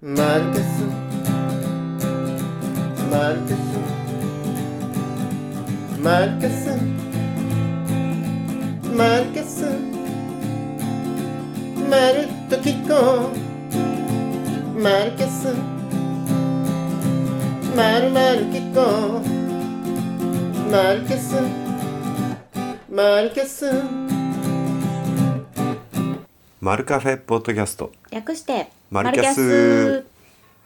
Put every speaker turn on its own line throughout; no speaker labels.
マルケスマルケスマルケスマルケスまるっと聞こうマルケスまるまる聞こうマルケスマルケス
マルカフェポッドキャスト、
略して
マルキャス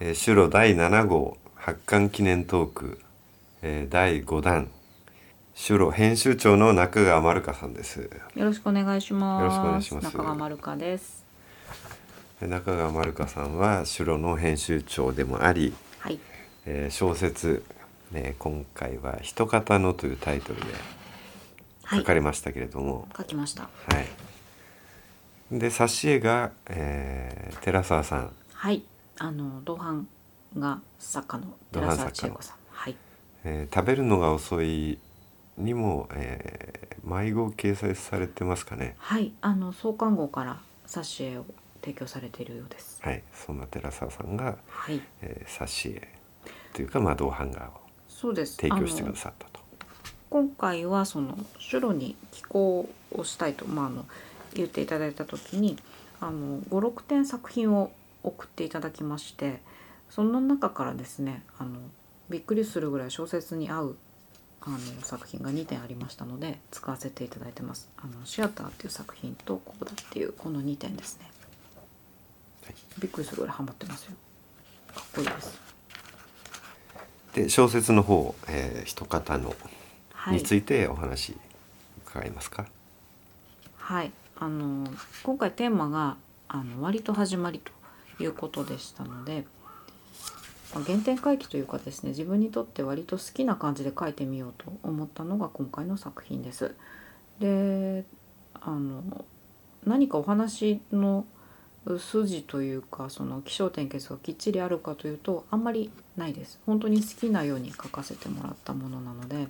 えー、シュロ第7号発刊記念トーク、えー第5弾シュロ編集長の中川まるかさんです
よろしくお願いします
よろしくお願いします
中川まるかです
で中川まるかさんはシュロの編集長でもあり、
はい
えー小説、ね、今回は「一方の」というタイトルで
はい
書かれましたけれども、
書きました
はいで挿絵が、えー寺澤さん
はいあの同伴が作家の
同
寺
伴
澤
作家
千恵
の
子さんはい
えー食べるのが遅いにも、えー迷子掲載されてますかね
はいあの創刊号から挿絵を提供されているようです
はいそんな寺澤さんが、
はい
えー、挿絵というかまあ銅版画を
そうです
提供して
あ
く
の
ださったと
今回はそのシュロに寄稿をしたいと、まあ、あの言っていただいた時にあの56点作品を送っていただきましてその中からですねあのびっくりするぐらい小説に合うあの作品が2点ありましたので使わせていただいてます。あのシアターっていう作品とコーダっていうこの2点ですね。
はい
びっくりするぐらいハマってますよ。かっこいいです。
で小説の方「えー、一方の」
は
についてお話伺いますか
はい、あの今回テーマがあの割と始まりということでしたので、まあ原点回帰というかですね自分にとって割と好きな感じで書いてみようと思ったのが今回の作品です。であの何かお話の筋というかその起承転結がきっちりあるかというとあんまりないです本当に好きなように書かせてもらったものなので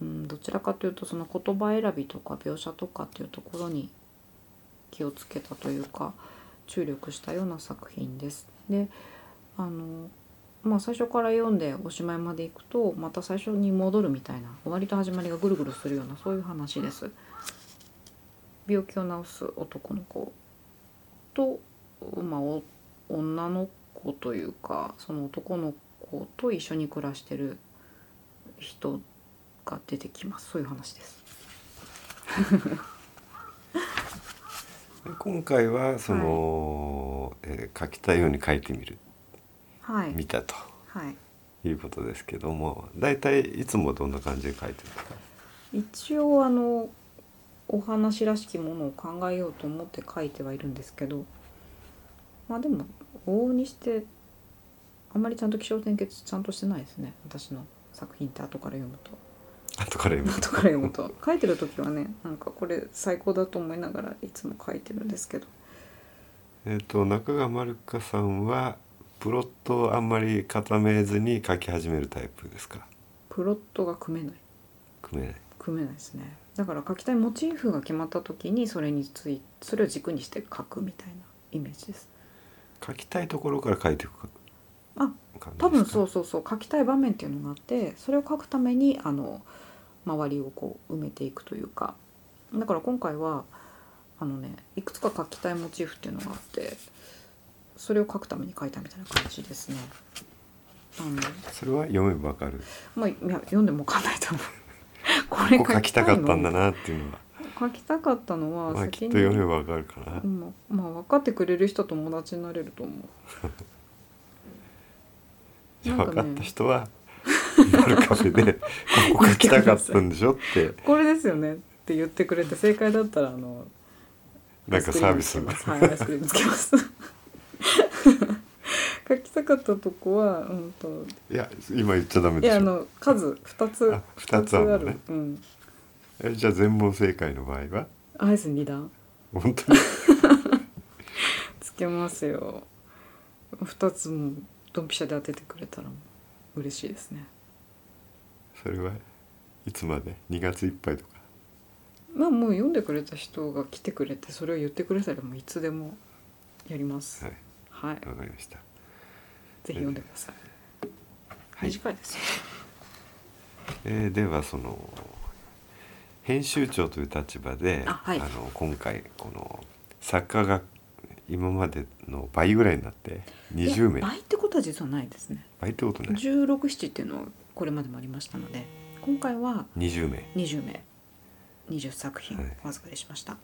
うんどちらかというとその言葉選びとか描写とかっていうところに気をつけたというか注力したような作品です。であのまあ、最初から読んでおしまいまで行くとまた最初に戻るみたいな終わりと始まりがぐるぐるするようなそういう話です。病気を治す男の子と、まあ、お女の子というかその男の子と一緒に暮らしてる人が出てきますそういう話です。
で今回はその、えー書きたいように書いてみる
はい、
見たと
はい、
いうことですけども大体いつもどんな感じで書いてるんですか
一応あのお話らしきものを考えようと思って書いてはいるんですけどまあでも往々にしてあんまりちゃんと気象転結ちゃんとしてないですね私の作品って後から読むと。
後から読む
後から読むと書いてる時はねなんかこれ最高だと思いながらいつも書いてるんですけど
えっ、と中川まるかさんはプロットをあんまり固めずに書き始めるタイプですか
プロットが組めない
組めない
組めないですねだから書きたいモチーフが決まった時にそれについそれを軸にして書くみたいなイメージです
書きたいところから書いていくか
あ
感
多分そううそうそう書きたい場面っていうのがあってそれを書くためにあの周りをこう埋めていくというかだから今回はあのねいくつか書きたいモチーフっていうのがあってそれを書くために書いたみたいな感じですね。あの
それは読めばわか る
まあ、いや読んでも分かんないと思うこれ
ここ書きたかったんだなっていうのは
書きたかったのは
まあき
先
っ
に
と読めばわかるかな、
うんまあ分かってくれる人は友達になれると思う。なん
分か
か
った
ね、
人は「マルカフェでここ書きたかったんでしょ」って
これですよねって言ってくれて正解だったらあの
なんかサービス
アイスクリームつけますはい、アイスクリームつけます。書きたかったとこは、うんと、
いや今言っちゃダメ
い
で
や、あ
しょ
の、数二つ
あ。二つあるのね
うん。
えじゃあ全問正解の場合は
アイス二段。
本当に
つけますよ。二つも、ドンピシャで当ててくれたら、嬉しいですね。
それはいつまで2月いっぱいとか
まあ、もう読んでくれた人が来てくれて、それを言ってくれたら、もういつでも。やります。
は
はいい。はい
わかりました。
ぜひ読んでください、
はい
短いですよ
えーではその編集長という立場で
あはい
の今回この作家が今までの倍ぐらいになって20名
いや倍ってことは実はないですね
倍ってことない
167っていうのはこれまでもありましたので今回は
20名
20名20作品
はい
お預かりしました、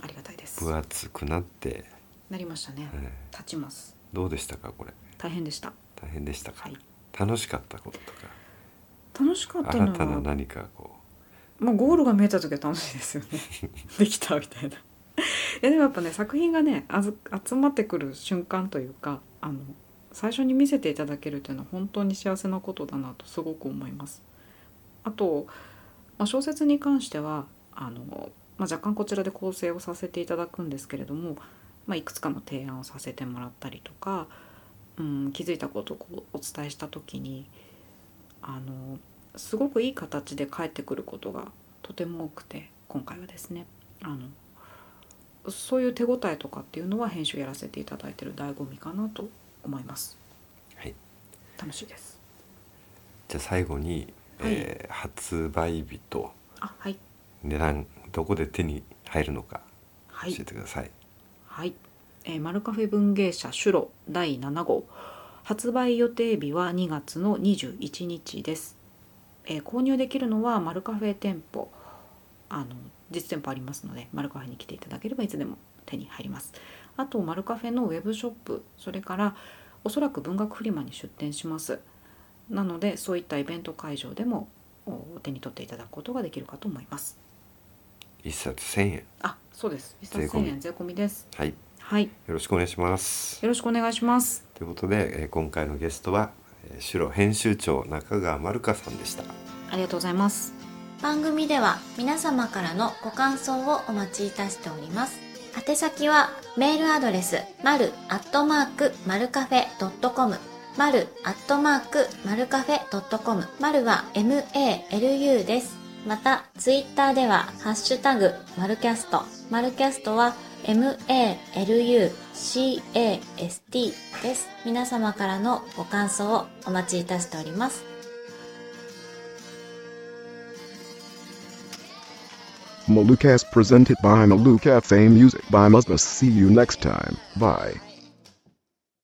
ありがたいです
分厚くなって
なりましたね、
はい
立ちます
どうでしたかこれ
大変でした
大変でしたか、
はい
楽しかったことと
楽しかっ
か
たの
新
は
たな何かこ
もうゴールが見えた時は楽しいですよねできたみたいないやでもやっぱね作品がねあず集まってくる瞬間というかあの最初に見せていただけるというのは本当に幸せなことだなとすごく思いますあと、まあ、小説に関してはあの、まあ、若干こちらで構成をさせていただくんですけれども、まあ、いくつかの提案をさせてもらったりとか、うん、気づいたことをこうお伝えした時にあのすごくいい形で返ってくることがとても多くて今回はですねあのそういう手応えとかっていうのは編集やらせていただいてる醍醐味かなと思います
うはい
楽しいです
じゃあ最後に、
はい
えー発売日と
あはい
値段どこで手に入るのか
は
教
い
えてください、
はい、えー、マルカフェ文芸社シュロ第7号発売予定日は2月の21日です、えー購入できるのはマルカフェ店舗あの実店舗ありますのでマルカフェに来ていただければいつでも手に入りますあとマルカフェのウェブショップそれからおそらく文学フリマに出店しますなのでそういったイベント会場でもおお手に取っていただくことができるかと思います
一冊千円
あそうです1冊
税込み
1000円税込みです
はいよ
はい
ろしくお願いします
よろしくお願いします。
ということで、えー今回のゲストは、えー、シュロ編集長中川まるかさんでした。
ありがとうございます。
番組では皆様からのご感想をお待ちいたしております。宛先はメールアドレス、まるアットマークマルカフェドットコム、まるアットマークマルカフェドットコム、まるは MALU です。また、ツイッターでは、ハッシュタグ、マルキャスト。マルキャストは、MALUCAST です。皆様からのご感想をお待ちいたしております。
Malukas presented by Malukafe Music by Must See you next time. Bye.